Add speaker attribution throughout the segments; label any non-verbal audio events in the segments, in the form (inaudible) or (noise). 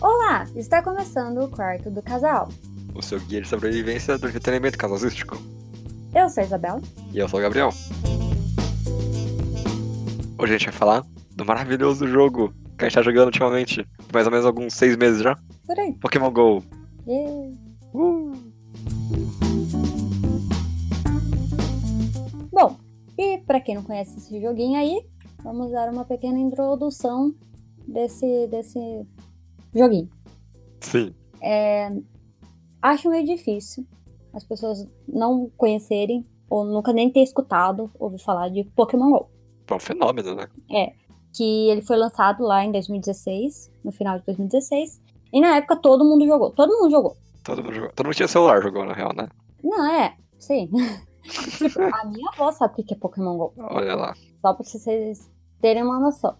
Speaker 1: Olá, está começando o quarto do casal.
Speaker 2: o seu guia de sobrevivência do entretenimento casalístico.
Speaker 1: Eu sou a Isabel.
Speaker 2: E eu sou o Gabriel. Hoje a gente vai falar do maravilhoso jogo que a gente tá jogando ultimamente, mais ou menos alguns seis meses já,
Speaker 1: Por aí.
Speaker 2: Pokémon GO.
Speaker 1: Yeah.
Speaker 2: Uh!
Speaker 1: Bom, e para quem não conhece esse joguinho aí, vamos dar uma pequena introdução desse, desse joguinho.
Speaker 2: Sim,
Speaker 1: Acho meio difícil as pessoas não conhecerem ou nunca nem ter escutado ouvido falar de Pokémon GO.
Speaker 2: é um fenômeno, né?
Speaker 1: que ele foi lançado lá em 2016, no final de 2016. E na época todo mundo jogou, todo mundo jogou.
Speaker 2: Todo mundo, jogou. Todo mundo tinha celular jogou, na real, né?
Speaker 1: Não, é, sim. (laughs) tipo, a minha avó sabe o que que é Pokémon GO,
Speaker 2: Olha lá.
Speaker 1: só pra vocês terem uma noção.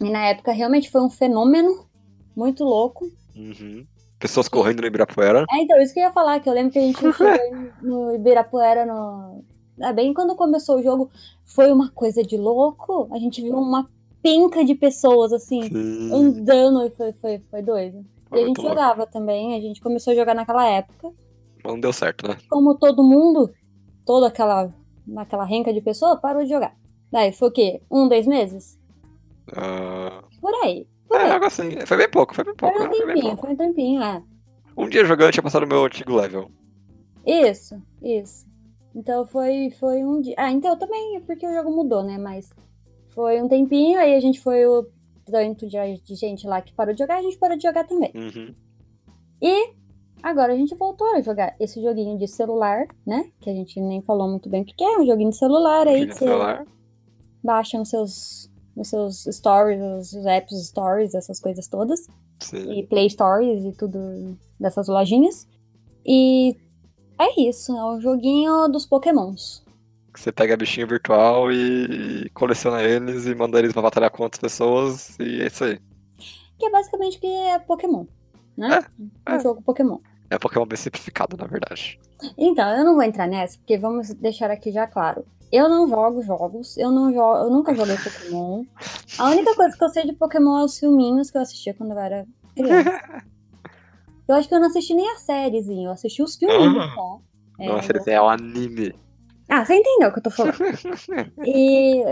Speaker 1: E na época realmente foi um fenômeno muito louco.
Speaker 2: Uhum. Pessoas correndo no Ibirapuera.
Speaker 1: É, então, isso que eu ia falar, que eu lembro que a gente chegou em- no Ibirapuera no... Ah, Bem quando começou o jogo, foi uma coisa de louco. A gente viu uma penca de pessoas, assim,
Speaker 2: Sim.
Speaker 1: andando e foi, foi, foi doido. E
Speaker 2: Foi
Speaker 1: a
Speaker 2: muito
Speaker 1: gente
Speaker 2: louco.
Speaker 1: jogava também, a gente começou a jogar naquela época.
Speaker 2: Mas não deu certo, né?
Speaker 1: Como todo mundo, toda aquela, aquela renca de pessoa, parou de jogar. Daí foi o quê? Um, dois meses?
Speaker 2: Ah,
Speaker 1: Por aí.
Speaker 2: É, algo assim. Foi bem pouco, foi bem pouco.
Speaker 1: foi um
Speaker 2: né? Foi bem
Speaker 1: tempinho,
Speaker 2: pouco.
Speaker 1: foi um tempinho, é.
Speaker 2: Um dia jogando, eu tinha passado o meu antigo level.
Speaker 1: Isso, isso. Então foi, foi um dia. Ah, então também, é porque o jogo mudou, né? Mas foi um tempinho, aí a gente foi o tanto de de gente lá que parou de jogar, a gente parou de jogar também.
Speaker 2: Uhum.
Speaker 1: Agora a gente voltou a jogar esse joguinho de celular, né? Que a gente nem falou muito bem o que que é, um joguinho de celular aí
Speaker 2: Tinha
Speaker 1: que você
Speaker 2: celular.
Speaker 1: baixa nos seus, nos seus stories, nos seus apps stories, essas coisas todas.
Speaker 2: Sim.
Speaker 1: E Play Stories e tudo dessas lojinhas. E é isso, é o joguinho dos Pokémons.
Speaker 2: que Você pega bichinho virtual e coleciona eles e manda eles pra batalhar com outras pessoas e é isso aí.
Speaker 1: Que é basicamente o que é Pokémon, né?
Speaker 2: É,
Speaker 1: um
Speaker 2: é.
Speaker 1: jogo Pokémon.
Speaker 2: É Pokémon bem simplificado, na verdade.
Speaker 1: Então, eu não vou entrar nessa, porque vamos deixar aqui já claro. Eu não jogo jogos, eu não jogo, eu nunca joguei Pokémon. A única coisa que eu sei de Pokémon é os filminhos que eu assistia quando eu era criança. Eu acho que eu não assisti nem a sériezinha, eu assisti os filminhos, tá? É,
Speaker 2: Nossa, ele é um anime.
Speaker 1: Ah, você entendeu o que eu tô falando. e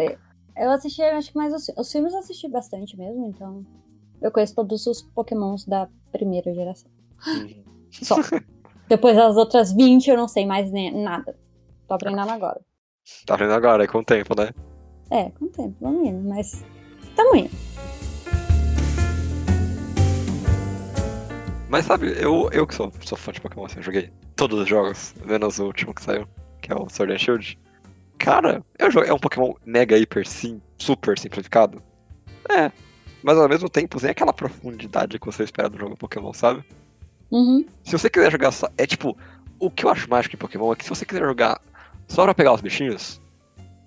Speaker 1: eu assisti, acho que mais os, os filmes eu assisti bastante mesmo, então eu conheço todos os Pokémons da primeira geração.
Speaker 2: Uhum.
Speaker 1: Só. Depois das outras 20 eu não sei mais ne- nada. Tô aprendendo agora.
Speaker 2: Tá vendo agora, é com o tempo, né?
Speaker 1: É, com o tempo, vamos indo, mas tamo indo.
Speaker 2: Mas sabe, eu, eu que sou, sou fã de Pokémon, assim, eu joguei todos os jogos, menos o último que saiu, que é o Sword and Shield. Cara, eu jogo, é um Pokémon mega, hiper, sim, super simplificado. É, mas ao mesmo tempo, sem aquela profundidade que você espera do jogo Pokémon, sabe?
Speaker 1: Uhum.
Speaker 2: Se você quiser jogar só. É tipo, o que eu acho mágico em Pokémon é que se você quiser jogar só pra pegar os bichinhos,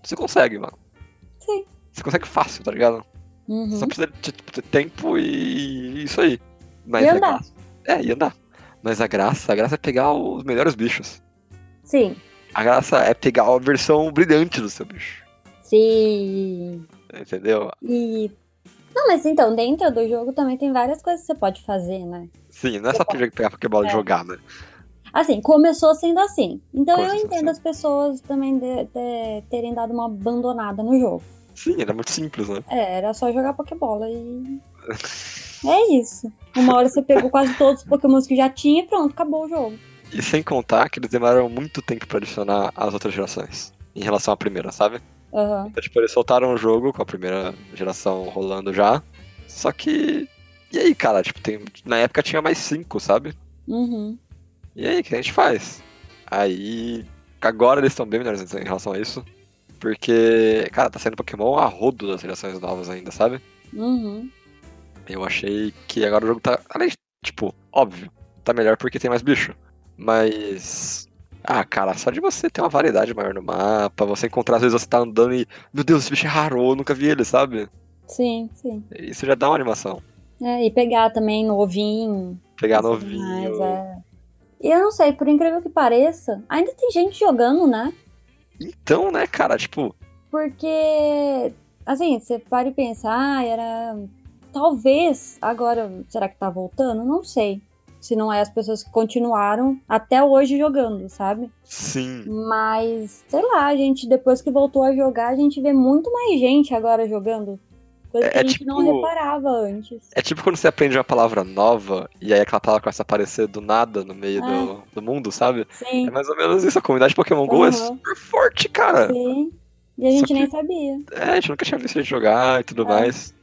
Speaker 2: você consegue, mano.
Speaker 1: Sim.
Speaker 2: Você consegue fácil, tá ligado?
Speaker 1: Uhum.
Speaker 2: Só precisa de, tipo, ter tempo e isso aí. Mas
Speaker 1: E
Speaker 2: a
Speaker 1: andar.
Speaker 2: graça- É, e andar. Mas a graça, a graça é pegar os melhores bichos.
Speaker 1: Sim.
Speaker 2: A graça é pegar a versão brilhante do seu bicho.
Speaker 1: Sim.
Speaker 2: Entendeu?
Speaker 1: E. Não, mas então, dentro do jogo também tem várias coisas que você pode fazer, né?
Speaker 2: Sim, não é só pegar Pokébola e
Speaker 1: É.
Speaker 2: jogar, né?
Speaker 1: Assim, começou sendo assim. Então eu
Speaker 2: Começou
Speaker 1: entendo as pessoas também de- de- terem dado uma abandonada no jogo.
Speaker 2: Sim, era muito simples, né?
Speaker 1: É, era só jogar Pokébola e. É isso. Uma hora você pegou quase todos os Pokémons que já tinha e pronto, acabou o jogo.
Speaker 2: E sem contar que eles demoraram muito tempo pra adicionar as outras gerações. Em relação à primeira, sabe?
Speaker 1: Aham.
Speaker 2: Então, tipo, eles soltaram o jogo com a primeira geração rolando já. Só que. E aí, cara? Tipo, tem... na época tinha mais cinco, sabe?
Speaker 1: Uhum.
Speaker 2: E aí, o que a gente faz? Aí. Agora eles estão bem melhores em relação a isso. Porque, cara, tá saindo Pokémon a rodo das gerações novas ainda, sabe?
Speaker 1: Uhum.
Speaker 2: Eu achei que agora o jogo tá. Além de, tipo, óbvio, tá melhor porque tem mais bicho. Mas. Ah, cara, só de você ter uma variedade maior no mapa, você encontrar, às vezes você tá andando e. Meu Deus, esse bicho é raro, eu nunca vi ele, sabe?
Speaker 1: Sim, sim.
Speaker 2: Isso já dá uma animação.
Speaker 1: É, e pegar também no ovinho.
Speaker 2: Pegar
Speaker 1: tudo mais,
Speaker 2: novinho.
Speaker 1: é. E eu não sei, por incrível que pareça, ainda tem gente jogando, né?
Speaker 2: Então, né, cara, tipo,
Speaker 1: Porque, assim, você para e pensa, ah, era. talvez, agora, será que tá voltando? Não sei. Se não é as pessoas que continuaram até hoje jogando, sabe?
Speaker 2: Sim.
Speaker 1: Mas, sei lá, a gente, depois que voltou a jogar, a gente vê muito mais gente agora jogando. Coisa que
Speaker 2: É
Speaker 1: a gente
Speaker 2: tipo-
Speaker 1: não reparava antes.
Speaker 2: É tipo quando você aprende uma palavra nova e aí aquela palavra começa a aparecer do nada no meio
Speaker 1: É.
Speaker 2: do, do mundo, sabe?
Speaker 1: Sim,
Speaker 2: É mais ou menos isso. A comunidade Pokémon GO é
Speaker 1: Aham.
Speaker 2: super forte, cara.
Speaker 1: sim. E a
Speaker 2: É. Só
Speaker 1: gente
Speaker 2: que-
Speaker 1: nem sabia.
Speaker 2: É, a gente nunca tinha visto a gente jogar e tudo
Speaker 1: É.
Speaker 2: mais.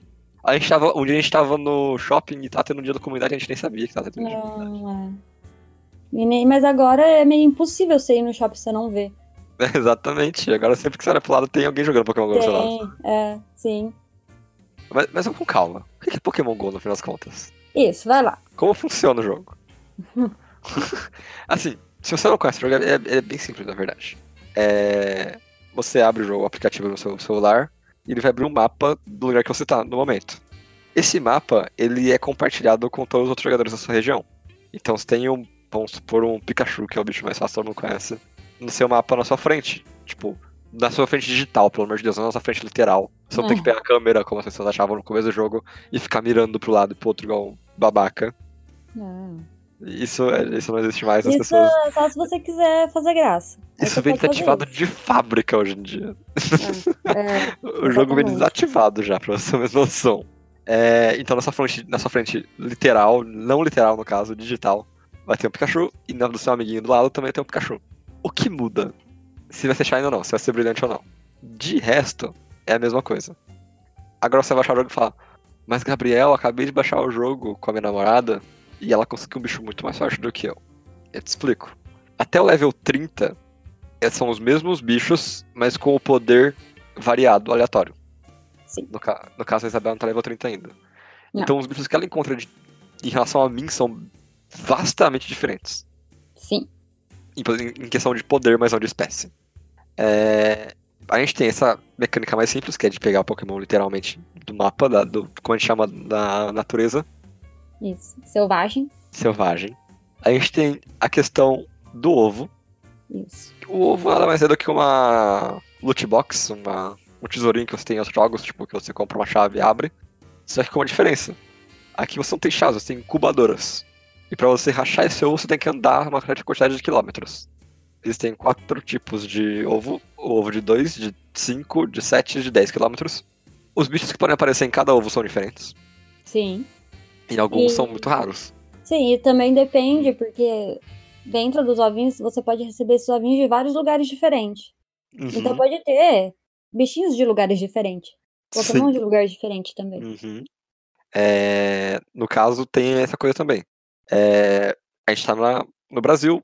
Speaker 2: A gente tava, um dia a gente tava no shopping e tava tendo um dia da comunidade, a gente nem sabia que tava tendo um dia da comunidade. (laughs)
Speaker 1: Não, é. E nem- Mas agora é meio impossível você ir no shopping e você não ver.
Speaker 2: Exatamente. Agora sempre que você olha pro lado tem alguém jogando Pokémon GO, sei lá.
Speaker 1: Tem, é, sim.
Speaker 2: Mas, mas vamos com calma. O que é Pokémon GO, no final das contas?
Speaker 1: Isso, vai lá.
Speaker 2: Como funciona o jogo? assim, se você não conhece o jogo, ele é, ele é bem simples, na verdade. É, você abre o jogo, o aplicativo no seu celular, e ele vai abrir um mapa do lugar que você tá no momento. Esse mapa, ele é compartilhado com todos os outros jogadores da sua região. Então você tem um, vamos supor, um Pikachu, que é o bicho mais fácil, todo mundo conhece, no seu mapa na sua frente. Tipo, na sua frente digital, pelo amor de Deus, não na sua frente literal. Você não tem que pegar a câmera, como as pessoas achavam no começo do jogo, e ficar mirando pro lado e pro outro igual um babaca. Isso, é- isso não existe mais, as
Speaker 1: Isso
Speaker 2: pessoas. tá
Speaker 1: é só se você quiser fazer graça. Aí
Speaker 2: Isso
Speaker 1: você
Speaker 2: vem
Speaker 1: pode fazer
Speaker 2: desativado de fábrica hoje em dia.
Speaker 1: É,
Speaker 2: O jogo vem
Speaker 1: Exatamente.
Speaker 2: desativado já, pra você ter uma noção. É, então, na sua, frente, na sua frente literal, não literal no caso, digital, vai ter um Pikachu e na do seu amiguinho do lado também tem um Pikachu. O que muda? Se vai ser Shine ou não, se vai ser brilhante ou não. De resto, é a mesma coisa. Agora você vai baixar o jogo e falar: Mas Gabriel, eu acabei de baixar o jogo com a minha namorada e ela conseguiu um bicho muito mais forte do que eu. Eu te explico. Até o level 30, é- são os mesmos bichos, mas com o poder variado, aleatório.
Speaker 1: Sim.
Speaker 2: No, ca- no caso, a Isabela não tá level 30 ainda.
Speaker 1: Não.
Speaker 2: Então, os bichos que ela encontra de- em relação a mim são vastamente diferentes
Speaker 1: sim.
Speaker 2: em em questão de poder, mas não de espécie. É, a gente tem essa mecânica mais simples, que é de pegar o Pokémon literalmente do mapa, da- do, como a gente chama da natureza
Speaker 1: Isso. Selvagem.
Speaker 2: selvagem. A gente tem a questão do ovo.
Speaker 1: Isso.
Speaker 2: O ovo nada mais é do que uma loot box, uma, um tesourinho que você tem em outros jogos, tipo, que você compra uma chave e abre. Só que com uma diferença. Aqui você não tem chaves, você tem incubadoras. E pra você rachar esse ovo, você tem que andar uma certa quantidade de quilômetros. Existem quatro tipos de ovo: o ovo de 2, de 5, de 7 e de 10 quilômetros. Os bichos que podem aparecer em cada ovo são diferentes.
Speaker 1: Sim.
Speaker 2: E alguns
Speaker 1: E-
Speaker 2: são muito raros.
Speaker 1: Sim, e também depende, porque dentro dos ovinhos você pode receber esses ovinhos de vários lugares diferentes. Então
Speaker 2: Uhum,
Speaker 1: pode ter bichinhos de lugares diferentes. Pokémon
Speaker 2: sim.
Speaker 1: de lugares diferentes também.
Speaker 2: Uhum. É, no caso, tem essa coisa também. É, a gente tá na- no Brasil,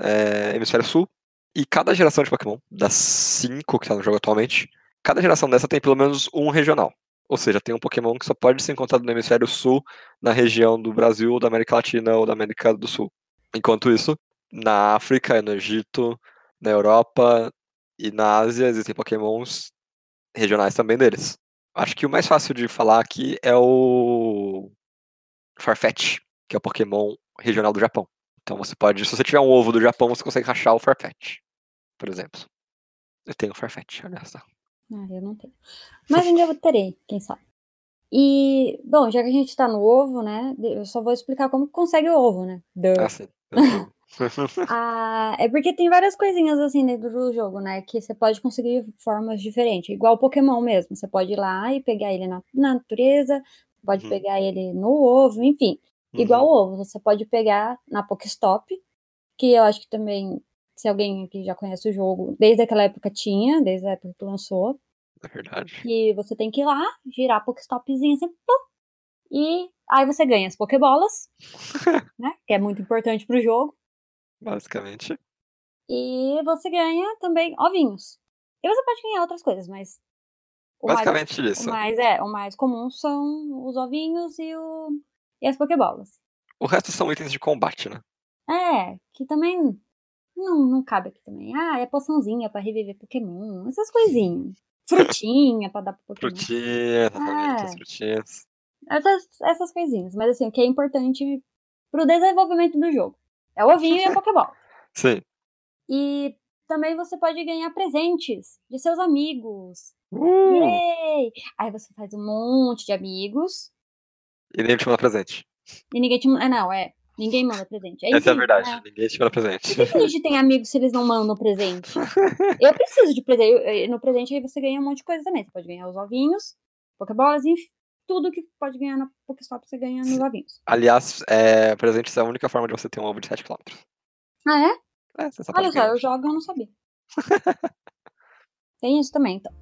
Speaker 2: é, Hemisfério Sul, e cada geração de Pokémon, das cinco que tá no jogo atualmente, cada geração dessa tem pelo menos um regional. Ou seja, tem um Pokémon que só pode ser encontrado no Hemisfério Sul, na região do Brasil, ou da América Latina ou da América do Sul. Enquanto isso, na África, no Egito, na Europa e na Ásia existem Pokémons regionais também deles. Acho que o mais fácil de falar aqui é o Farfetch, que é o Pokémon regional do Japão. Então você pode, se você tiver um ovo do Japão, você consegue rachar o Farfetch, por exemplo. Eu tenho o Farfetch, olha só.
Speaker 1: Ah, eu não tenho. Mas um dia eu terei, quem sabe. E, bom, já que a gente tá no ovo, né? de- Eu só vou explicar como que consegue o ovo, né?
Speaker 2: (laughs)
Speaker 1: Duh.
Speaker 2: Ah, sim. eu tenho.
Speaker 1: Ah, é porque tem várias coisinhas assim dentro do jogo, né? Que você pode conseguir formas diferentes. Igual o Pokémon mesmo. Você pode ir lá e pegar ele na na natureza, pode
Speaker 2: Uhum.
Speaker 1: pegar ele no ovo, enfim. (laughs) Igual o ovo, você pode pegar na Pokestop, que eu acho que também, se alguém que já conhece o jogo, desde aquela época tinha, desde a época que lançou,
Speaker 2: Uhum, É verdade.
Speaker 1: que você tem que ir lá, girar a Pokestopzinha assim, pum, e aí você ganha as
Speaker 2: (laughs)
Speaker 1: Pokébolas, né? Que é muito importante pro jogo.
Speaker 2: Basicamente.
Speaker 1: E você ganha também ovinhos. E você pode ganhar outras coisas, mas. O mais,
Speaker 2: Basicamente
Speaker 1: o
Speaker 2: isso.
Speaker 1: mais é, o mais comum são os ovinhos e, o, e as pokebolas.
Speaker 2: O resto são itens de combate, né?
Speaker 1: É, que também não, não cabe aqui também. Ah, é poçãozinha pra reviver Pokémon, essas coisinhas.
Speaker 2: (laughs)
Speaker 1: Frutinha pra dar pro Pokémon.
Speaker 2: Frutinhas, exatamente,
Speaker 1: É.
Speaker 2: as frutinhas.
Speaker 1: Essas, essas coisinhas. Mas assim, o que é importante pro desenvolvimento do jogo é o ovinho
Speaker 2: (laughs)
Speaker 1: e a Pokébola.
Speaker 2: Sim.
Speaker 1: E também você pode ganhar presentes de seus amigos.
Speaker 2: Uh,
Speaker 1: Yay! Aí você faz um monte de amigos
Speaker 2: E nem te manda presente.
Speaker 1: E ninguém te manda. Ah, não, é. Ninguém manda presente. É
Speaker 2: Essa é a
Speaker 1: incrível,
Speaker 2: verdade.
Speaker 1: né?
Speaker 2: Ninguém te manda presente.
Speaker 1: Por que que a gente tem amigos se eles não mandam
Speaker 2: (laughs)
Speaker 1: presente? Eu preciso de presente. Eu- eu- No presente aí você ganha um monte de coisa também. Você pode ganhar os ovinhos, pokébolas, enfim. Tudo que pode ganhar na Pokéstop você ganha nos
Speaker 2: Sim.
Speaker 1: ovinhos.
Speaker 2: Aliás, é, presentes é a única forma de você ter um alvo de 7km.
Speaker 1: Ah, é?
Speaker 2: É, você só
Speaker 1: Olha
Speaker 2: pode
Speaker 1: só,
Speaker 2: ganhar.
Speaker 1: eu jogo e eu não sabia. (laughs) Tem isso também,
Speaker 2: (laughs)
Speaker 1: então.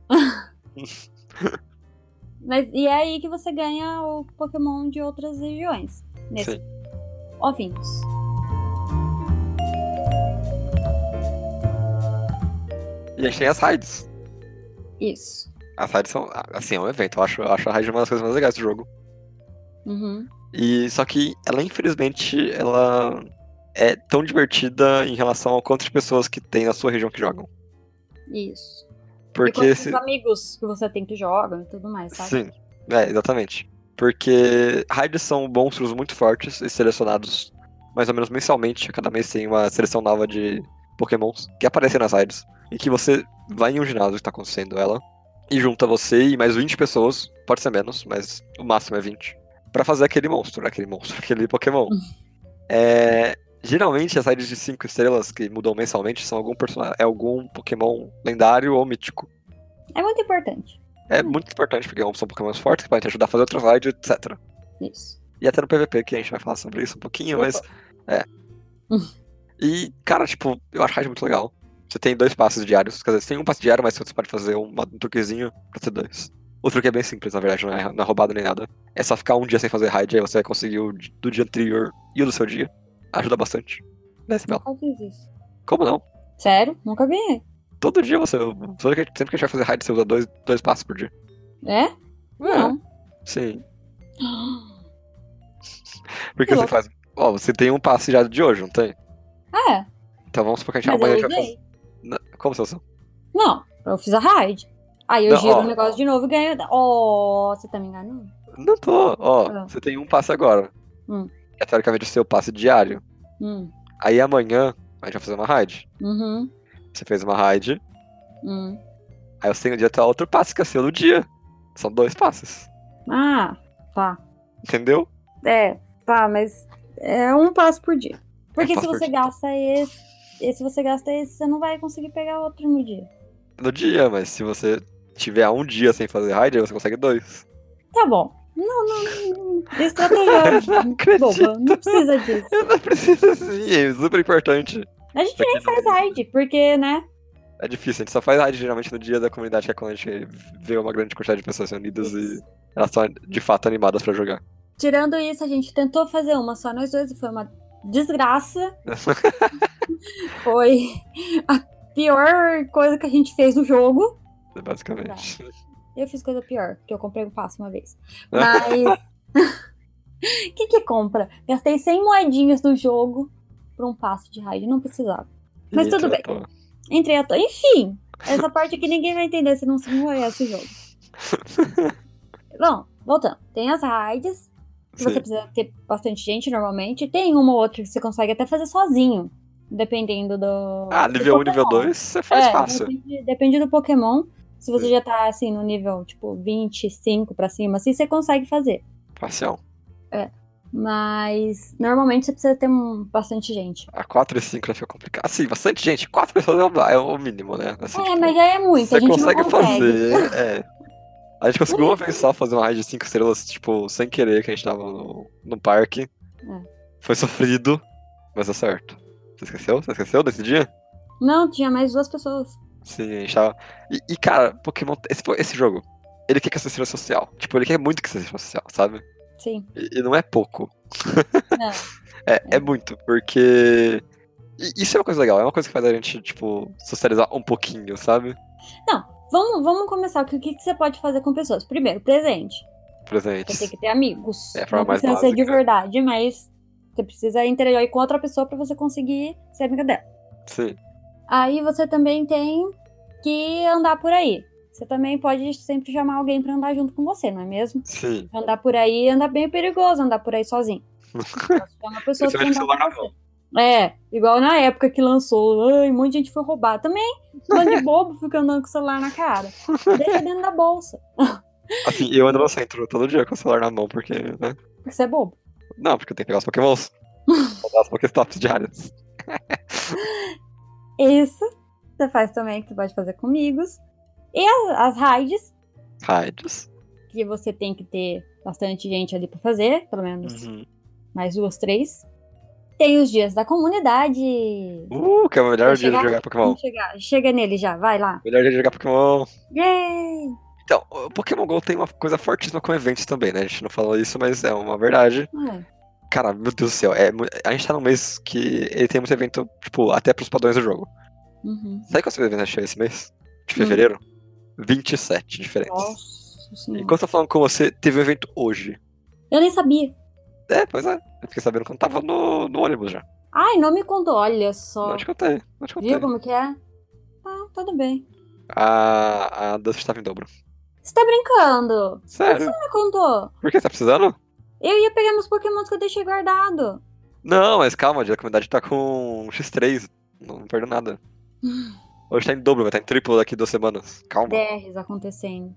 Speaker 1: Mas, e é aí que você ganha o Pokémon de outras regiões. Nesse.
Speaker 2: Sim.
Speaker 1: Ovinhos.
Speaker 2: E a gente tem as raids.
Speaker 1: Isso.
Speaker 2: As raids são, ah, assim, é um evento. Eu acho, eu acho a raid uma das coisas mais legais do jogo.
Speaker 1: Uhum.
Speaker 2: E só que ela, infelizmente, ela é tão divertida em relação ao quanto de pessoas que tem na sua região que jogam.
Speaker 1: Isso. e
Speaker 2: Porque
Speaker 1: quantos
Speaker 2: se-
Speaker 1: amigos que você tem que jogam e tudo mais, sabe?
Speaker 2: Sim, é, exatamente. Porque raids são monstros muito fortes e selecionados mais ou menos mensalmente. A cada mês tem uma seleção nova de pokémons que aparecem nas raids. E que você vai em um ginásio que tá acontecendo ela. E junta você e mais 20 pessoas, pode ser menos, mas o máximo é 20. Pra fazer aquele monstro, aquele monstro, (laughs)
Speaker 1: (laughs)
Speaker 2: aquele pokémon. É, geralmente as raids de 5 estrelas que mudam mensalmente são algum, persona- é algum pokémon lendário ou mítico.
Speaker 1: É muito importante.
Speaker 2: É muito importante, porque são Pokémon fortes que podem te ajudar a fazer outras raids, etc.
Speaker 1: Isso.
Speaker 2: E até no PVP, que a gente vai falar sobre isso um pouquinho, mas. É. E, cara, tipo, eu acho raid muito legal. Você tem dois passos diários. Quer dizer, você tem um passo diário, mas você pode fazer um, um truquezinho pra ter dois. O truque é bem simples, na verdade, não é, não é roubado nem nada. É só ficar um dia sem fazer raid, aí você vai conseguir o d- do dia anterior e o do seu dia. Ajuda bastante. Né, Sibel?
Speaker 1: Nunca fiz isso.
Speaker 2: Como não?
Speaker 1: Sério? Nunca ganhei.
Speaker 2: Todo dia você. Sempre que a gente sempre que a gente vai fazer raid, você usa dois, dois passos por dia.
Speaker 1: É?
Speaker 2: É,
Speaker 1: Não. (gasps)
Speaker 2: sim. Porque
Speaker 1: Que
Speaker 2: você
Speaker 1: louco.
Speaker 2: faz. Ó, você tem um passe já de hoje, não tem?
Speaker 1: É,
Speaker 2: Então vamos supor que a gente
Speaker 1: mas
Speaker 2: amanhã
Speaker 1: eu
Speaker 2: já faz.
Speaker 1: usei.
Speaker 2: Na- Como você usa?
Speaker 1: Não, eu fiz a raid. Aí eu
Speaker 2: Não,
Speaker 1: giro
Speaker 2: ó.
Speaker 1: o negócio de novo e ganho. da- Oh, você tá me enganando?
Speaker 2: Não tô, ó.
Speaker 1: Ah.
Speaker 2: Você tem um passe agora.
Speaker 1: Hum.
Speaker 2: Que é teoricamente o seu passe diário.
Speaker 1: Hum,
Speaker 2: Aí amanhã a gente vai fazer uma raid.
Speaker 1: uhum,
Speaker 2: Você fez uma raid,
Speaker 1: hum.
Speaker 2: aí você tem o dia até outro passe que é seu no dia. São dois passes.
Speaker 1: Ah, tá.
Speaker 2: Entendeu?
Speaker 1: É, tá, mas é um passo por dia. Porque
Speaker 2: É um
Speaker 1: se
Speaker 2: passo por
Speaker 1: você
Speaker 2: dia.
Speaker 1: gasta esse, e se você gasta esse, você não vai conseguir pegar outro no dia.
Speaker 2: No dia, mas se você tiver um dia sem fazer raid, aí você consegue dois. (laughs)
Speaker 1: Tá bom. Não, não, não. Estratégia
Speaker 2: (laughs) Não acredito.
Speaker 1: boba, não precisa disso.
Speaker 2: Eu não preciso assim, é super importante.
Speaker 1: A gente
Speaker 2: Pra quem
Speaker 1: nem faz raid, porque, né?
Speaker 2: É difícil, a gente só faz raid geralmente no dia da comunidade, que é quando a gente vê uma grande quantidade de pessoas reunidas e elas estão de fato animadas pra jogar. (laughs)
Speaker 1: Tirando isso, a gente tentou fazer uma só nós dois e foi uma desgraça. Foi a pior coisa que a gente fez no jogo.
Speaker 2: Basicamente.
Speaker 1: Eu fiz coisa pior, porque eu comprei um passo uma vez. Mas. (laughs) O que que compra? Gastei 100 moedinhas no jogo por um passo de raid, não precisava. Mas
Speaker 2: E
Speaker 1: tudo
Speaker 2: então,
Speaker 1: bem. Entrei à toa. Enfim, essa parte aqui ninguém vai entender se não se não conhece o
Speaker 2: (laughs)
Speaker 1: jogo. Bom, voltando. Tem as raids, que você tá
Speaker 2: Sim,
Speaker 1: precisa ter bastante gente normalmente. Tem uma ou outra que você consegue até fazer sozinho. Dependendo do.
Speaker 2: Ah,
Speaker 1: do
Speaker 2: nível 1 nível
Speaker 1: Pokémon.
Speaker 2: 2 você faz
Speaker 1: É,
Speaker 2: fácil.
Speaker 1: Depende, depende do Pokémon. Se você
Speaker 2: Sim.
Speaker 1: já tá assim no nível tipo 25 pra cima, assim você consegue fazer.
Speaker 2: Parcial.
Speaker 1: Mas normalmente você precisa ter um- bastante gente.
Speaker 2: A 4 e 5 já fica complicado. Assim, bastante gente. 4 pessoas é o- é o mínimo, né? Assim,
Speaker 1: É,
Speaker 2: tipo,
Speaker 1: mas já é muito,
Speaker 2: Você
Speaker 1: a gente
Speaker 2: consegue,
Speaker 1: não consegue.
Speaker 2: fazer. É. A gente conseguiu uma vez só fazer uma raid de 5 estrelas, tipo, sem querer, que a gente tava no, no
Speaker 1: É.
Speaker 2: parque. Foi sofrido, mas deu certo. Você esqueceu? Você esqueceu desse dia?
Speaker 1: Não, tinha mais duas pessoas.
Speaker 2: Sim, a gente tava. E, e, cara, Pokémon. Esse, po- esse jogo, ele quer que você seja social. Tipo, ele quer muito que você seja social, sabe?
Speaker 1: Sim.
Speaker 2: E, e não é pouco.
Speaker 1: Não.
Speaker 2: (laughs) É, é muito, porque. e Isso é uma coisa legal, é uma coisa que faz a gente, tipo, socializar um pouquinho, sabe?
Speaker 1: Vamos, vamos começar. O que, o que que você pode fazer com pessoas? Primeiro, presente. Você tem
Speaker 2: Presentes.
Speaker 1: que ter amigos.
Speaker 2: É a forma
Speaker 1: não
Speaker 2: mais
Speaker 1: precisa ser de
Speaker 2: básica.
Speaker 1: verdade, mas você precisa interagir com outra pessoa pra você conseguir ser amiga dela.
Speaker 2: Sim.
Speaker 1: Aí você também tem que andar por aí. Você também pode sempre chamar alguém pra andar junto com você, não é mesmo?
Speaker 2: Sim.
Speaker 1: Andar por aí anda bem perigoso andar por aí
Speaker 2: (laughs)
Speaker 1: sozinho. Você chama a pessoa pra
Speaker 2: Principalmente com o
Speaker 1: andar
Speaker 2: celular na
Speaker 1: com
Speaker 2: mão.
Speaker 1: você. É, igual na época que lançou, ai, um monte de gente foi (laughs) roubar. Também, um monte de bobo fica andando com o celular na cara. Deixa dentro da bolsa.
Speaker 2: Assim, eu ando no centro todo dia com o celular na mão, porque, né?
Speaker 1: Porque você é bobo.
Speaker 2: Não, porque eu tenho que pegar os
Speaker 1: (laughs)
Speaker 2: pokémons. Mandar os pokéstops diários.
Speaker 1: Isso você faz também, que você pode fazer comigo. E a- as raids,
Speaker 2: Raids.
Speaker 1: que você tem que ter bastante gente ali pra fazer, pelo menos
Speaker 2: Uhum.
Speaker 1: mais duas, três. Tem os dias da comunidade.
Speaker 2: Uh, que é o melhor
Speaker 1: Vamos
Speaker 2: dia de
Speaker 1: chegar?
Speaker 2: jogar Pokémon.
Speaker 1: Vamos chegar. Chega nele já, vai lá.
Speaker 2: Melhor dia de jogar Pokémon.
Speaker 1: Yay!
Speaker 2: Então, o Pokémon GO tem uma coisa fortíssima com eventos também, né? A gente não falou isso, mas é uma verdade.
Speaker 1: Ah,
Speaker 2: Cara, meu Deus do céu, é mu- a gente tá num mês que ele tem muito evento, tipo, até pros padrões do jogo.
Speaker 1: uhum.
Speaker 2: Sabe quantos eventos achei esse mês? De
Speaker 1: Hum.
Speaker 2: fevereiro? 27 diferentes.
Speaker 1: Nossa senhora.
Speaker 2: Enquanto eu tô falando com você, teve um evento hoje.
Speaker 1: Eu nem sabia.
Speaker 2: É, pois é. Eu fiquei sabendo quando tava no, no ônibus já.
Speaker 1: Ai, não me contou, olha só.
Speaker 2: Não te contei, não te contei.
Speaker 1: Viu como que é? Ah, tudo bem.
Speaker 2: A, a dança estava em dobro.
Speaker 1: Você tá brincando?
Speaker 2: Sério?
Speaker 1: Não me contou.
Speaker 2: Por que? Tá precisando?
Speaker 1: Eu ia pegar meus pokémons que eu deixei guardado.
Speaker 2: Não, mas calma, a comunidade tá com X3. Não perdeu nada. Hoje tá em dobro, vai estar em triplo daqui duas semanas. Calma.
Speaker 1: DRs
Speaker 2: (laughs)
Speaker 1: acontecendo.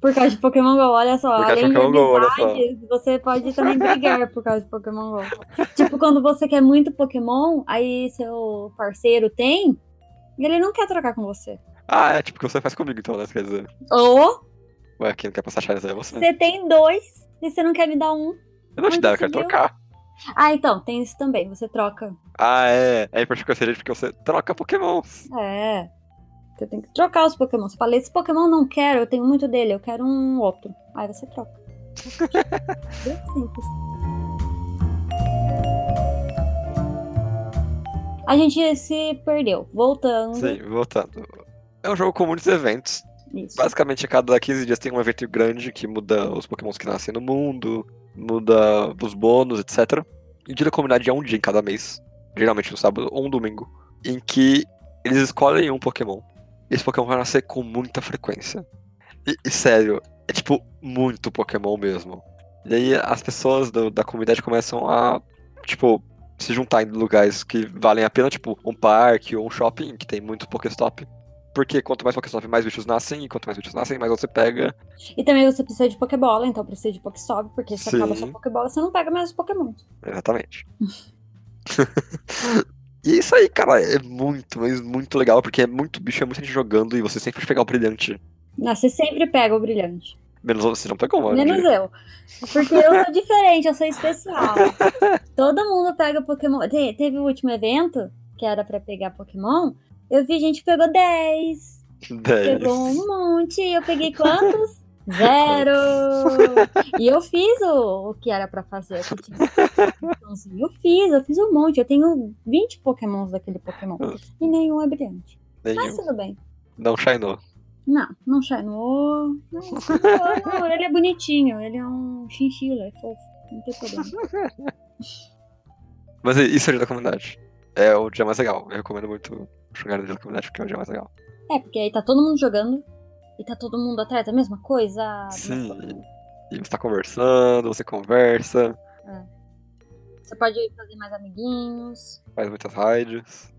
Speaker 1: Por causa de Pokémon GO, olha só.
Speaker 2: Por causa de
Speaker 1: além de
Speaker 2: Pokémon Go, é um olha só.
Speaker 1: amizades, você pode também brigar por causa de Pokémon GO. Tipo, quando você quer muito Pokémon, aí seu parceiro tem, e ele não quer trocar com você.
Speaker 2: Ah, é tipo o que você faz comigo então, né? Quer dizer,
Speaker 1: Ou
Speaker 2: ué, quem não quer passar chance é você.
Speaker 1: você tem dois e você não quer me dar um.
Speaker 2: Eu não te
Speaker 1: mas
Speaker 2: dava, eu quero
Speaker 1: você deu.
Speaker 2: trocar.
Speaker 1: Ah, então, tem isso também. Você troca.
Speaker 2: Ah, é. É importante que eu seja porque você troca Pokémon.
Speaker 1: É. Você tem que trocar os Pokémon. Você fala, esse Pokémon eu não quero, eu tenho muito dele, eu quero um outro. Aí você troca. Bem simples. A gente se perdeu. Voltando.
Speaker 2: Sim, voltando. É um jogo com muitos eventos.
Speaker 1: Isso.
Speaker 2: Basicamente, a cada 15 dias tem um evento grande que muda os Pokémons que nascem no mundo, muda os bônus, etc. E o dia da comunidade é um dia em cada mês, geralmente no sábado ou um domingo, em que eles escolhem um Pokémon. E esse Pokémon vai nascer com muita frequência. E, e sério, é tipo muito Pokémon mesmo. E aí as pessoas do- da comunidade começam a, tipo, se juntar em lugares que valem a pena, tipo um parque ou um shopping que tem muito Pokéstop. Porque quanto mais Pokéstop, mais bichos nascem, e quanto mais bichos nascem, mais você pega.
Speaker 1: E também você precisa de Pokébola, então precisa de Pokéstop, porque se
Speaker 2: Sim.
Speaker 1: acaba a sua Pokébola, você não pega mais os Pokémon.
Speaker 2: Exatamente. e é isso aí, cara, é muito, mas muito legal, porque é muito bicho, é muita gente jogando, e você sempre pode pegar o brilhante.
Speaker 1: Não, você sempre pega o brilhante.
Speaker 2: Menos você não pegou, um, né? mano.
Speaker 1: Menos eu. Porque eu sou diferente, eu sou especial. Todo mundo pega Pokémon. Te- teve o último evento, que era pra pegar Pokémon. Eu vi gente que pegou 10,
Speaker 2: (laughs)
Speaker 1: pegou um monte. Eu peguei quantos? Zero! E eu fiz o, o que era pra fazer. que tinha. Então, assim, eu fiz, eu fiz um monte. Eu tenho 20 Pokémons daquele Pokémon. E nenhum é brilhante. Mas é. tudo bem.
Speaker 2: Não shinou.
Speaker 1: Não, não Shinou. Não, não, não, ele é bonitinho, ele é um chinchila, é fofo, não tem problema.
Speaker 2: Mas é isso é o dia da comunidade. É o dia mais legal. Eu recomendo muito jogar no dia da comunidade, porque é o dia mais legal.
Speaker 1: É, porque aí tá todo mundo jogando e tá todo mundo atrás da mesma coisa.
Speaker 2: Sim. E você tá conversando, você conversa,
Speaker 1: Você pode fazer mais amiguinhos
Speaker 2: faz muitas raids.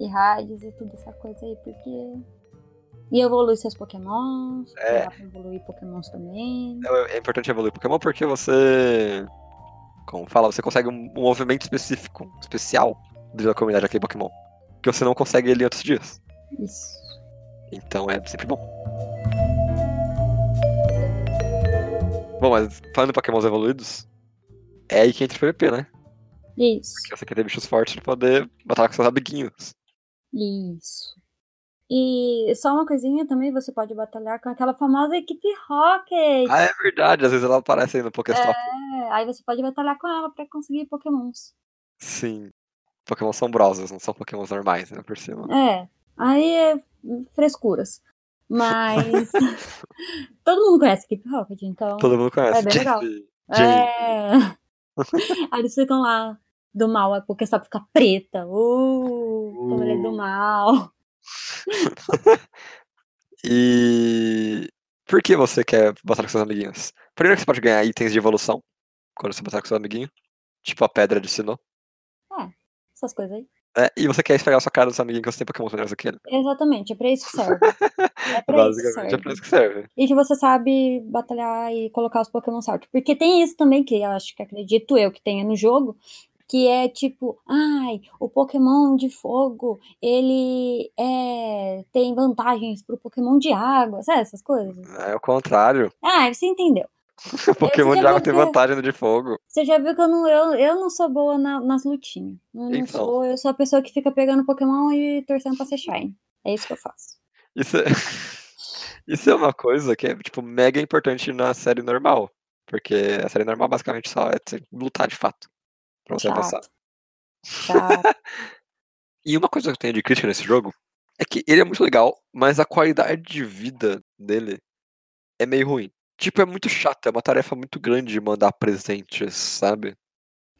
Speaker 1: e raids e tudo essa coisa aí, porque. E evolui seus pokémons,
Speaker 2: É.
Speaker 1: dá pra evoluir pokémons também.
Speaker 2: É é importante evoluir Pokémon porque você. Como fala, você consegue um um movimento específico, especial da comunidade daquele Pokémon. Que você não consegue ele em outros dias.
Speaker 1: Isso.
Speaker 2: Então é sempre bom. Bom, mas falando em Pokémons evoluídos, é aí que entra o PVP, né?
Speaker 1: Isso.
Speaker 2: Que você quer ter bichos fortes pra poder batalhar com seus amiguinhos.
Speaker 1: Isso. E só uma coisinha também, você pode batalhar com aquela famosa equipe Rocket.
Speaker 2: Ah, é verdade, às vezes ela aparece aí no Pokéstop.
Speaker 1: É, aí você pode batalhar com ela pra conseguir pokémons.
Speaker 2: Sim. Pokémon sombrosos, não são Pokémons normais, né? Por cima.
Speaker 1: É, aí é frescuras.
Speaker 2: (laughs)
Speaker 1: Mas (laughs) todo mundo conhece Keep Rocket, então
Speaker 2: Todo mundo conhece.
Speaker 1: É bem legal.
Speaker 2: Jessie, Jane.
Speaker 1: é... aí eles ficam lá do mal, a Pokestop fica preta. Uh, como ele é do
Speaker 2: Uh.
Speaker 1: mal.
Speaker 2: E por que você quer batalhar com seus amiguinhos? Primeiro que você pode ganhar itens de evolução quando você batalhar com seu amiguinho. Tipo a pedra de Sinnoh.
Speaker 1: Essas coisas aí.
Speaker 2: É, e você quer esfregar sua cara dos amiguinhos que você tem Pokémon melhores do que ele.
Speaker 1: Exatamente, é pra isso que serve. É pra isso que
Speaker 2: Basicamente é pra
Speaker 1: serve.
Speaker 2: isso que serve.
Speaker 1: E que você sabe batalhar e colocar os Pokémon certos. Porque tem isso também, que eu acho que acredito eu que tenha no jogo, que é tipo, ai, o Pokémon de fogo, ele é, tem vantagens pro Pokémon de água, sabe essas coisas?
Speaker 2: É o contrário. (laughs)
Speaker 1: Ah, você entendeu.
Speaker 2: O Pokémon
Speaker 1: já
Speaker 2: de água
Speaker 1: vi
Speaker 2: tem
Speaker 1: que- é
Speaker 2: vantagem no de fogo.
Speaker 1: Você já viu que eu não, eu, eu não sou boa na- nas lutinhas. Não, não
Speaker 2: Então.
Speaker 1: sou, eu sou a pessoa que fica pegando Pokémon e torcendo pra ser Shine. É isso que eu faço.
Speaker 2: Isso é... (laughs) isso é uma coisa que é, tipo, mega importante na série normal. Porque a série normal basicamente só é você lutar de fato. Pra você avançar.
Speaker 1: Chato.
Speaker 2: (laughs)
Speaker 1: Chato.
Speaker 2: E uma coisa que eu tenho de crítica nesse jogo é que ele é muito legal, mas a qualidade de vida dele é meio ruim. Tipo, é muito chato, é uma tarefa muito grande de mandar presentes, sabe?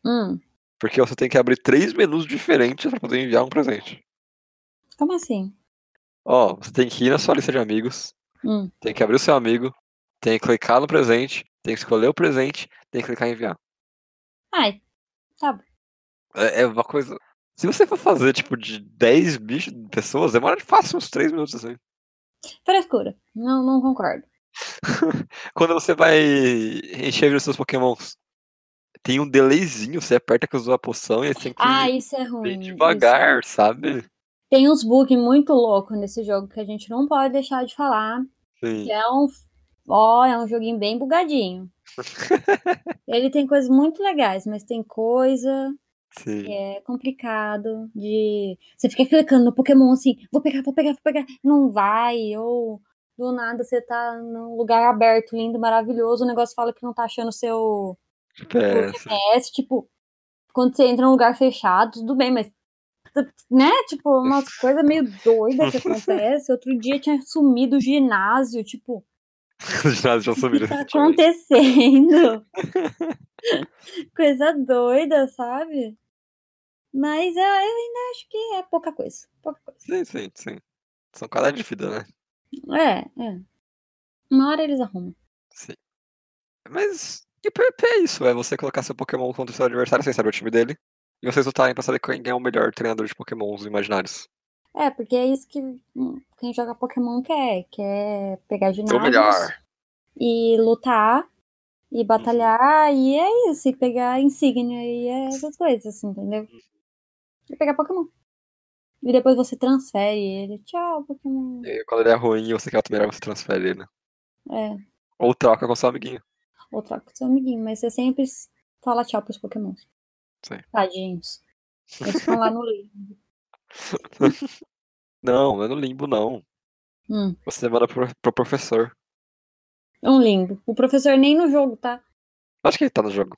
Speaker 1: hum,
Speaker 2: Porque você tem que abrir três menus diferentes pra poder enviar um presente.
Speaker 1: como assim?
Speaker 2: Ó, você tem que ir na sua lista de amigos,
Speaker 1: Hum.
Speaker 2: tem que abrir o seu amigo, tem que clicar no presente, tem que escolher o presente, tem que clicar em enviar.
Speaker 1: Ai, tá bom.
Speaker 2: É, é uma coisa. Se você for fazer, tipo, de 10 bichos, pessoas, demora fácil uns 3 minutos assim.
Speaker 1: Frescura. Não, não concordo.
Speaker 2: Quando você vai encher os seus pokémons, tem um delayzinho, você aperta que usou a poção e aí você tem que
Speaker 1: Ah,
Speaker 2: ir
Speaker 1: isso é ruim.
Speaker 2: bem
Speaker 1: isso.
Speaker 2: devagar, sabe?
Speaker 1: Tem uns bugs muito loucos nesse jogo que a gente não pode deixar de falar.
Speaker 2: Sim.
Speaker 1: Que é um. Ó, é um joguinho bem
Speaker 2: (laughs)
Speaker 1: bugadinho. Ele tem coisas muito legais, mas tem coisa
Speaker 2: Sim.
Speaker 1: é complicado de. Você fica clicando no Pokémon assim, vou pegar, vou pegar, vou pegar, não vai, ou do nada você tá num lugar aberto, lindo, maravilhoso, o negócio fala que não tá achando o seu
Speaker 2: É, sim.
Speaker 1: GPS, tipo, quando você entra num lugar fechado, tudo bem, mas. Né? Tipo, umas coisas meio doidas que acontece. Outro dia tinha sumido o ginásio, tipo,
Speaker 2: (laughs) Os ginásios já
Speaker 1: o que
Speaker 2: sumiram.
Speaker 1: tá
Speaker 2: recentemente. (laughs)
Speaker 1: acontecendo? coisa doida, sabe? Mas é, eu ainda acho que é pouca coisa. Pouca coisa.
Speaker 2: Sim, sim, sim. São qualidade de vida, né?
Speaker 1: É, é. Uma hora eles arrumam.
Speaker 2: Sim. Mas e PvP é isso, é você colocar seu Pokémon contra o seu adversário sem saber o time dele. E vocês lutarem pra saber quem é o melhor treinador de Pokémons imaginários.
Speaker 1: É, porque é isso que hum, quem joga Pokémon quer. Quer pegar
Speaker 2: Sou
Speaker 1: ginásios
Speaker 2: o melhor.
Speaker 1: e lutar e batalhar. E é isso. E pegar insígnia e é essas coisas, assim, entendeu?
Speaker 2: Uhum.
Speaker 1: E pegar Pokémon. E depois você transfere ele. Tchau, Pokémon.
Speaker 2: E aí, quando ele é ruim e você quer o melhor, você transfere ele. né?
Speaker 1: É.
Speaker 2: Ou troca com seu amiguinho.
Speaker 1: ou troca com seu amiguinho, mas você sempre s- fala tchau pros pokémons.
Speaker 2: Sim.
Speaker 1: Tadinhos. Eles ficam lá no livro.
Speaker 2: Não, não é no limbo, não.
Speaker 1: Hum,
Speaker 2: Você manda pro, pro professor.
Speaker 1: é um limbo. O professor nem no jogo tá.
Speaker 2: Acho que ele tá no jogo.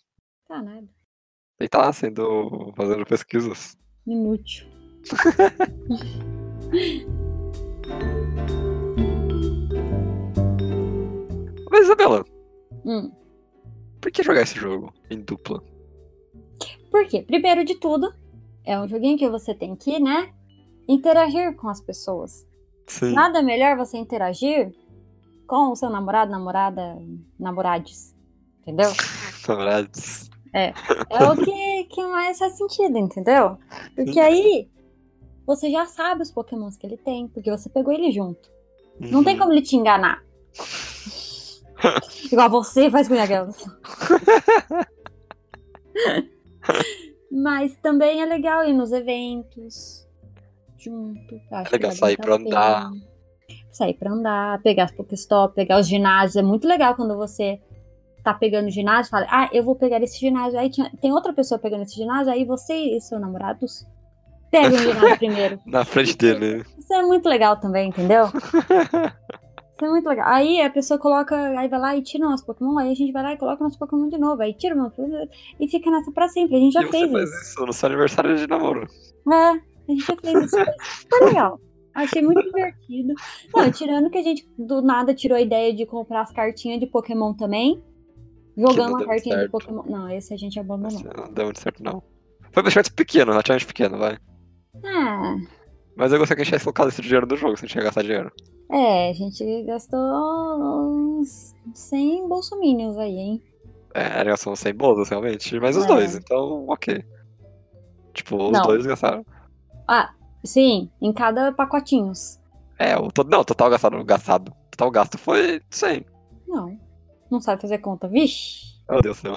Speaker 1: Tá nada.
Speaker 2: Ele tá lá sendo. fazendo pesquisas.
Speaker 1: Inútil.
Speaker 2: Mas Isabela,
Speaker 1: Hum.
Speaker 2: por que jogar esse jogo em dupla?
Speaker 1: Por quê? Primeiro de tudo, é um joguinho que você tem que, né? Interagir com as pessoas.
Speaker 2: Sim.
Speaker 1: Nada melhor você interagir com o seu namorado, namorada, namorades. Entendeu?
Speaker 2: Saudades.
Speaker 1: É o que, que mais faz sentido, entendeu? Porque aí você já sabe os pokémons que ele tem, porque você pegou ele junto. Não tem
Speaker 2: Uhum.
Speaker 1: como ele te
Speaker 2: (laughs)
Speaker 1: enganar. Igual você faz com o Yagels. Mas também é legal ir nos eventos junto. Eu Acho
Speaker 2: É legal
Speaker 1: que vale
Speaker 2: sair
Speaker 1: muito a
Speaker 2: pra
Speaker 1: pena.
Speaker 2: andar.
Speaker 1: Sair pra andar, pegar as Pokéstop, pegar os ginásios. É muito legal quando você tá pegando ginásio e fala: Ah, eu vou pegar esse ginásio. Aí tinha- tem outra pessoa pegando esse ginásio, aí você e seu namorado pegam o
Speaker 2: (laughs)
Speaker 1: ginásio primeiro.
Speaker 2: Na frente dele.
Speaker 1: Isso é muito legal também, entendeu? Isso é muito legal. Aí a pessoa coloca, aí vai lá e tira o nosso Pokémon, aí a gente vai lá e coloca o nosso Pokémon de novo, aí tira o nosso e fica nessa pra sempre. A gente já
Speaker 2: e você
Speaker 1: fez
Speaker 2: faz
Speaker 1: isso.
Speaker 2: isso no seu aniversário de namoro.
Speaker 1: É, a gente já fez isso. Foi legal. Achei muito divertido. Não, tirando que a gente do nada tirou a ideia de comprar as cartinhas de Pokémon também.
Speaker 2: Que não
Speaker 1: Jogamos a
Speaker 2: deu
Speaker 1: cartinha de
Speaker 2: certo.
Speaker 1: Pokémon. Não, esse a gente
Speaker 2: Mas,
Speaker 1: abandonou.
Speaker 2: eh, Não deu muito certo, não. Foi um projeto pequeno, relativamente pequeno, vai.
Speaker 1: Ah,
Speaker 2: é. Mas eu gostei que a gente tivesse colocado esse dinheiro do jogo, se a gente ia gastar dinheiro.
Speaker 1: é, a gente gastou uns 100 bolsominions aí, hein?
Speaker 2: É, era são 100 bolos, realmente. Mas os
Speaker 1: É.
Speaker 2: dois, então, ok. Tipo, os
Speaker 1: Não.
Speaker 2: dois gastaram.
Speaker 1: Ah, sim, em cada pacotinhos.
Speaker 2: É, o to... não, o total gastado, gastado. O total gasto foi 100.
Speaker 1: Não. Não sabe fazer conta. Vixe!
Speaker 2: Meu Deus do céu.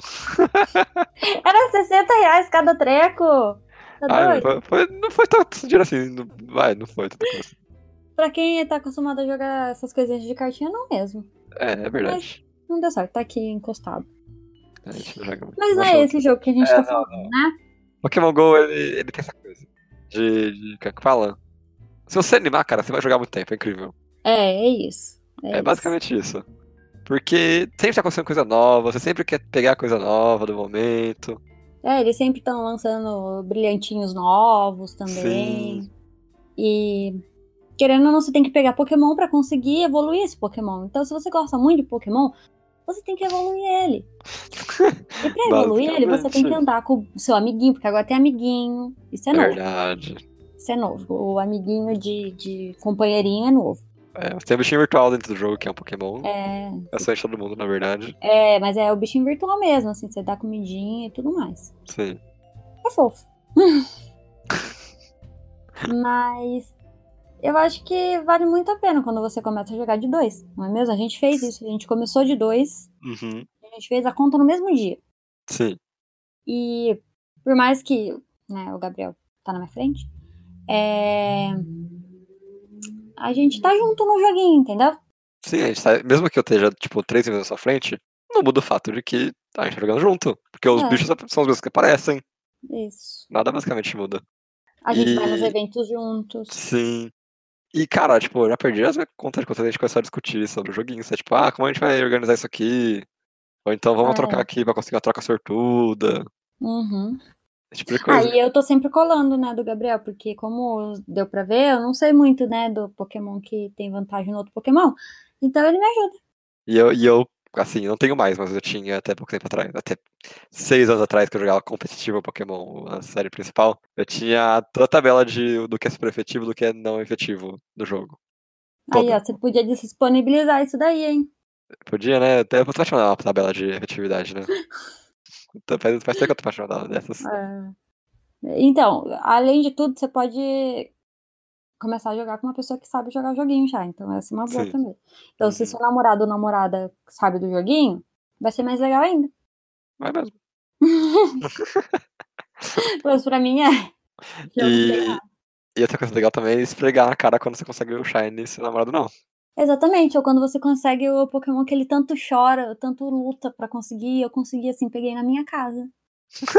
Speaker 1: Era 60 reais cada treco! Tá
Speaker 2: Ai, não
Speaker 1: doido?
Speaker 2: foi- foi- não foi tanto dinheiro assim. Não, vai, não foi tanto assim.
Speaker 1: Pra quem tá acostumado a jogar essas coisinhas de cartinha, não mesmo.
Speaker 2: É, é verdade. É,
Speaker 1: Não deu certo, tá aqui encostado.
Speaker 2: A gente não joga muito.
Speaker 1: Mas não
Speaker 2: joga
Speaker 1: é esse o jogo que a gente
Speaker 2: É,
Speaker 1: tá
Speaker 2: não,
Speaker 1: falando, né?
Speaker 2: Pokémon GO, ele, ele tem essa coisa. De. de como é que fala? Se você animar, cara, você vai jogar muito tempo, é incrível.
Speaker 1: É, é isso. É,
Speaker 2: É,
Speaker 1: isso.
Speaker 2: basicamente isso. Porque sempre tá acontecendo coisa nova, você sempre quer pegar coisa nova do momento.
Speaker 1: É, eles sempre estão lançando brilhantinhos novos também.
Speaker 2: Sim.
Speaker 1: E querendo ou não, você tem que pegar Pokémon pra conseguir evoluir esse Pokémon. Então, se você gosta muito de Pokémon, você tem que evoluir
Speaker 2: (laughs)
Speaker 1: ele. E pra evoluir ele, você tem que
Speaker 2: Basicamente.
Speaker 1: andar com o seu amiguinho, porque agora tem amiguinho. Isso é
Speaker 2: É
Speaker 1: novo.
Speaker 2: verdade.
Speaker 1: Isso é novo. O amiguinho de, de companheirinho é novo.
Speaker 2: É, você tem um bichinho virtual dentro do jogo, que é um Pokémon.
Speaker 1: É,
Speaker 2: É só de todo mundo, na verdade.
Speaker 1: é, mas é o bichinho virtual mesmo, assim, você dá comidinha e tudo mais.
Speaker 2: Sim.
Speaker 1: É fofo. Mas eu acho que vale muito a pena quando você começa a jogar de dois, não é mesmo? A gente fez isso, a gente começou de dois,
Speaker 2: Uhum.
Speaker 1: a gente fez a conta no mesmo dia.
Speaker 2: Sim.
Speaker 1: E por mais que né, o Gabriel tá na minha frente, é... a gente tá junto no joguinho, entendeu?
Speaker 2: Sim, a gente tá, mesmo que eu esteja, tipo, três vezes na sua frente, não muda o fato de que a gente tá jogando junto. Porque os
Speaker 1: É.
Speaker 2: bichos são os mesmos que aparecem.
Speaker 1: Isso.
Speaker 2: Nada basicamente muda.
Speaker 1: A gente
Speaker 2: E-
Speaker 1: vai nos eventos juntos.
Speaker 2: Sim. E, cara, tipo, eu já perdi as contas de quando a gente começou a discutir sobre o joguinho. Sabe? Tipo, ah, como a gente vai organizar isso aqui? Ou então vamos
Speaker 1: Ah,
Speaker 2: trocar
Speaker 1: é.
Speaker 2: aqui pra conseguir uma troca sortuda.
Speaker 1: Uhum.
Speaker 2: Esse tipo de coisa.
Speaker 1: Aí eu tô sempre colando, né, do Gabriel, porque como deu pra ver, eu não sei muito, né, do Pokémon que tem vantagem no outro Pokémon. Então ele me ajuda.
Speaker 2: E, eu, e eu, assim, não tenho mais, mas eu tinha até pouco tempo atrás, até seis anos atrás que eu jogava competitivo Pokémon, a série principal. Eu tinha toda a tabela de, do que é super efetivo do que é não efetivo do jogo.
Speaker 1: Aí, ó, você podia disponibilizar isso daí, hein?
Speaker 2: Podia, né? Até eu tô apaixonado uma tabela de
Speaker 1: (laughs)
Speaker 2: efetividade, né? Então, Faz, faz tempo que eu tô apaixonado dessas.
Speaker 1: Então, além de tudo, você pode começar a jogar com uma pessoa que sabe jogar joguinho já. Então essa é uma boa
Speaker 2: Sim.
Speaker 1: também. Então, se
Speaker 2: Uhum.
Speaker 1: seu namorado ou namorada sabe do joguinho, vai ser mais legal ainda.
Speaker 2: Mas mesmo.
Speaker 1: Mas pra mim é. Eu não sei
Speaker 2: E-
Speaker 1: nada.
Speaker 2: E outra coisa legal também é esfregar na cara quando você consegue o Shine seu namorado não.
Speaker 1: Exatamente, ou quando você consegue o Pokémon que ele tanto chora, tanto luta pra conseguir, eu consegui assim, peguei na minha casa.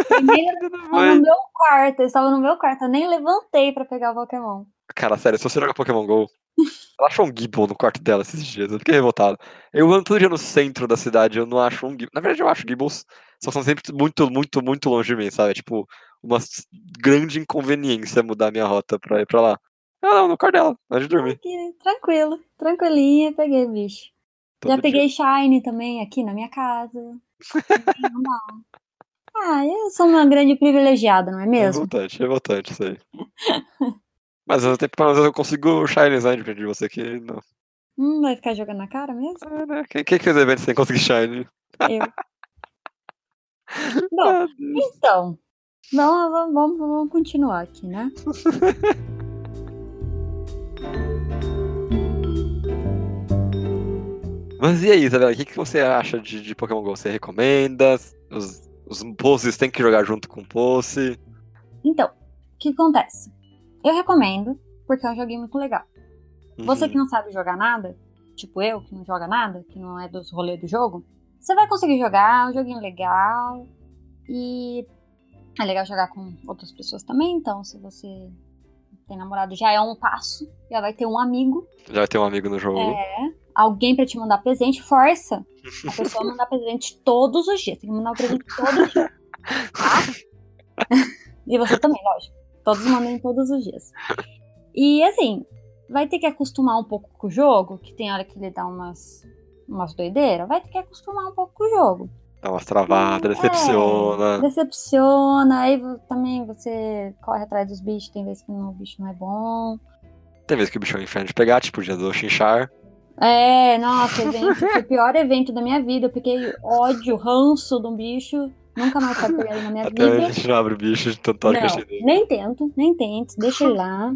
Speaker 1: Primeiro estava no meu quarto, eu estava no meu quarto, eu nem levantei pra pegar o Pokémon.
Speaker 2: Cara, sério, se você joga Pokémon GO, ela achou um Gible no quarto dela esses dias, eu fiquei revoltado. Eu ando todo dia é no centro da cidade, eu não acho um Gible. Na verdade, eu acho Gibles, só são sempre muito, muito, muito longe de mim, sabe? É Tipo, uma s- grande inconveniência mudar a minha rota pra ir pra lá. Ah, não, no quarto dela, antes de dormir.
Speaker 1: Aqui, tranquilo, tranquilinha, peguei, bicho. Já
Speaker 2: todo dia.
Speaker 1: peguei Shine também aqui na minha casa. (laughs) Normal. ah, eu sou uma grande privilegiada, não é mesmo?
Speaker 2: Revoltante, revoltante
Speaker 1: (laughs)
Speaker 2: isso aí. Mas eu, tenho- pelo menos eu consigo Shines, né? Depende de você que não.
Speaker 1: Hum, vai ficar jogando na cara mesmo?
Speaker 2: Ah, né? Quem, quem que fez evento sem conseguir Shine?
Speaker 1: Eu. Bom,
Speaker 2: Ah,
Speaker 1: Então, vamos, vamos- vamos, vamos continuar aqui, né?
Speaker 2: Mas e aí, Isabela, o que, que você acha de, de Pokémon GO? Você recomenda? Os, os poses tem que jogar junto com o pose?
Speaker 1: Então, o que acontece? Eu recomendo, porque é um joguinho muito legal. Você que
Speaker 2: Uhum.
Speaker 1: não sabe jogar nada, tipo eu, que não joga nada, que não é dos rolês do jogo, você vai conseguir jogar, é um joguinho legal. E é legal jogar com outras pessoas também, então se você tem namorado, já é um passo, já vai ter um amigo,
Speaker 2: Já vai ter um amigo no jogo.
Speaker 1: é, alguém pra te mandar presente, força a pessoa a mandar presente todos os dias, tem que mandar o presente todos os dias, tá? E você também, lógico. Todos mandam todos os dias. E assim, vai ter que acostumar um pouco com o jogo, que tem hora que ele dá umas, umas doideiras, vai ter que acostumar um pouco com o jogo.
Speaker 2: Dá umas
Speaker 1: É.
Speaker 2: travadas, decepciona.
Speaker 1: Decepciona, aí vo- também você corre atrás dos bichos, tem vezes que não- o bicho não é bom.
Speaker 2: Tem vezes que o bicho é um inferno de pegar, tipo o dia do Xinchar.
Speaker 1: É, nossa, evento, foi o pior evento da minha vida. Eu peguei ódio, ranço de um bicho. Nunca mais quero pegar ele na minha
Speaker 2: Até a
Speaker 1: vida.
Speaker 2: gente não abre o bicho de tanto hora que a gente
Speaker 1: É, Não, nem tento, nem tento, deixa ele lá.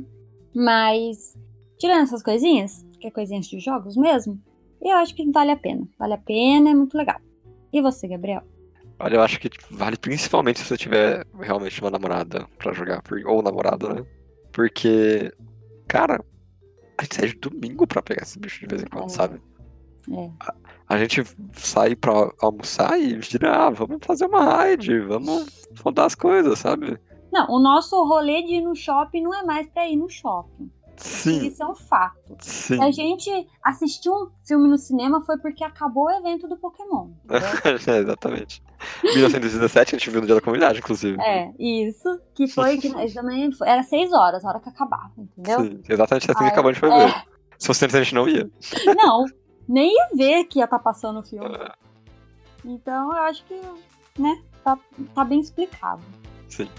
Speaker 1: Mas, tirando essas coisinhas, que é coisinhas de jogos mesmo, eu acho que vale a pena. Vale a pena, é muito legal. E você, Gabriel?
Speaker 2: Olha, eu acho que vale principalmente se você tiver realmente uma namorada pra jogar, por- ou namorado, né? Porque, cara, a gente sai de domingo pra pegar esse bicho de vez em quando,
Speaker 1: É.
Speaker 2: sabe?
Speaker 1: É.
Speaker 2: A, a gente sai pra almoçar e vira, ah, vamos fazer uma raid, vamos rodar as coisas, sabe?
Speaker 1: Não, o nosso rolê de ir no shopping não é mais pra ir no shopping.
Speaker 2: Sim,
Speaker 1: Isso é um fato.
Speaker 2: sim. (laughs)
Speaker 1: A gente assistiu um filme no cinema foi porque acabou o evento do Pokémon.
Speaker 2: (laughs)
Speaker 1: entendeu?
Speaker 2: É, exatamente. 1917 a gente viu no dia da comunidade, inclusive.
Speaker 1: é, isso. Que foi que nós também. Era seis horas, a hora que acabava, entendeu? é.
Speaker 2: Sim, exatamente assim que
Speaker 1: Ai,
Speaker 2: acabamos de fazer. Se fosse antes, a gente não ia.
Speaker 1: Não, nem ia ver que ia estar passando o filme. Então eu acho que, né, tá, tá bem explicado.
Speaker 2: Sim.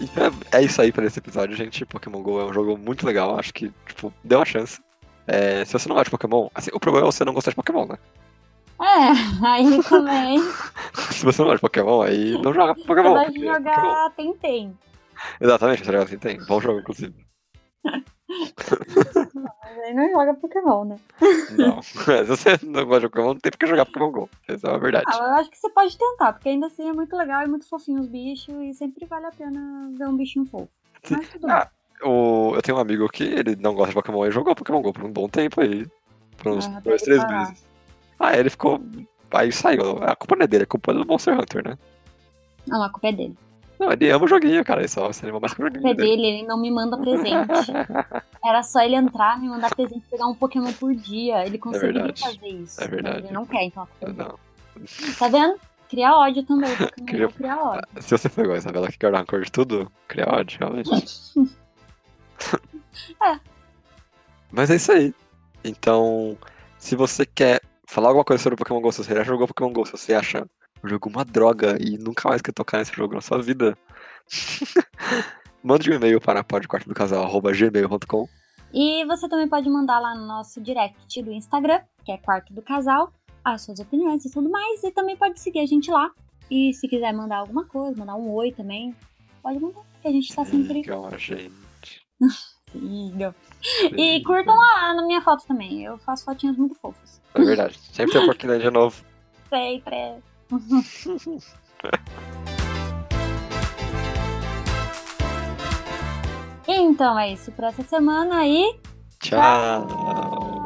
Speaker 2: Então é, é isso aí pra esse episódio, gente. Pokémon GO é um jogo muito legal, acho que, tipo, deu uma chance. É, se você não gosta de Pokémon, assim, o problema é você não gostar de Pokémon, né? (laughs)
Speaker 1: É, (laughs) aí também
Speaker 2: se você não gosta de Pokémon, aí não joga
Speaker 1: você
Speaker 2: Pokémon.
Speaker 1: vai
Speaker 2: porque Pokémon.
Speaker 1: jogar Tentem.
Speaker 2: Exatamente, você joga assim, tem. Bom jogo, inclusive.
Speaker 1: Mas aí não joga Pokémon, né? (laughs)
Speaker 2: Não. (laughs) É, se você não gosta de Pokémon, não tem porque jogar Pokémon GO. Essa é uma verdade.
Speaker 1: Ah, eu acho que você pode tentar, porque ainda assim é muito legal, é muito fofinho os bichos e sempre vale a pena ver um bichinho fofo. Mas tudo bem.
Speaker 2: Ah, O- eu tenho um amigo que ele não gosta de Pokémon e jogou Pokémon GO por um bom tempo aí. Por uns
Speaker 1: Ah, até
Speaker 2: dois,
Speaker 1: ele
Speaker 2: três
Speaker 1: parar.
Speaker 2: meses. Ah, ele ficou. Aí saiu. A culpa não é dele, a culpa é do Monster Hunter, né?
Speaker 1: Olha lá, a culpa é dele.
Speaker 2: Não, ele ama o joguinho, cara. Ele só se anima mais com o
Speaker 1: A culpa é
Speaker 2: joguinho. Dele.
Speaker 1: dele, ele não me manda
Speaker 2: (laughs)
Speaker 1: presente. Era só ele entrar, me mandar presente, pegar um Pokémon por dia. Ele conseguiria
Speaker 2: É verdade.
Speaker 1: fazer isso.
Speaker 2: É verdade.
Speaker 1: Mas Ele não quer, então. a culpa é dele.
Speaker 2: Não.
Speaker 1: Tá vendo? Criar ódio também.
Speaker 2: (laughs)
Speaker 1: Pokémon
Speaker 2: Cria-
Speaker 1: Go Cria ódio.
Speaker 2: Se você foi igual a Isabela que guarda rancor de tudo, cria ódio, realmente.
Speaker 1: (laughs) É.
Speaker 2: Mas é isso aí. Então, se você quer falar alguma coisa sobre Pokémon GO, se você já jogou Pokémon GO, se você acha o jogo uma droga e nunca mais quer tocar nesse jogo na sua vida, (laughs) mande um e-mail para podquartodocasal.gmail.com
Speaker 1: E você também pode mandar lá no nosso direct do Instagram, que é Quarto do Casal, as suas opiniões e tudo mais. E também pode seguir a gente lá. E se quiser mandar alguma coisa, mandar um oi também, pode mandar, que a gente tá sempre.
Speaker 2: Sigam a é gente.
Speaker 1: Siga. E
Speaker 2: Sigam.
Speaker 1: curtam lá na minha foto também. Eu faço fotinhas muito fofas.
Speaker 2: É verdade. Sempre tem oportunidade de novo.
Speaker 1: Sempre. Então é isso pra essa semana e.
Speaker 2: Tchau.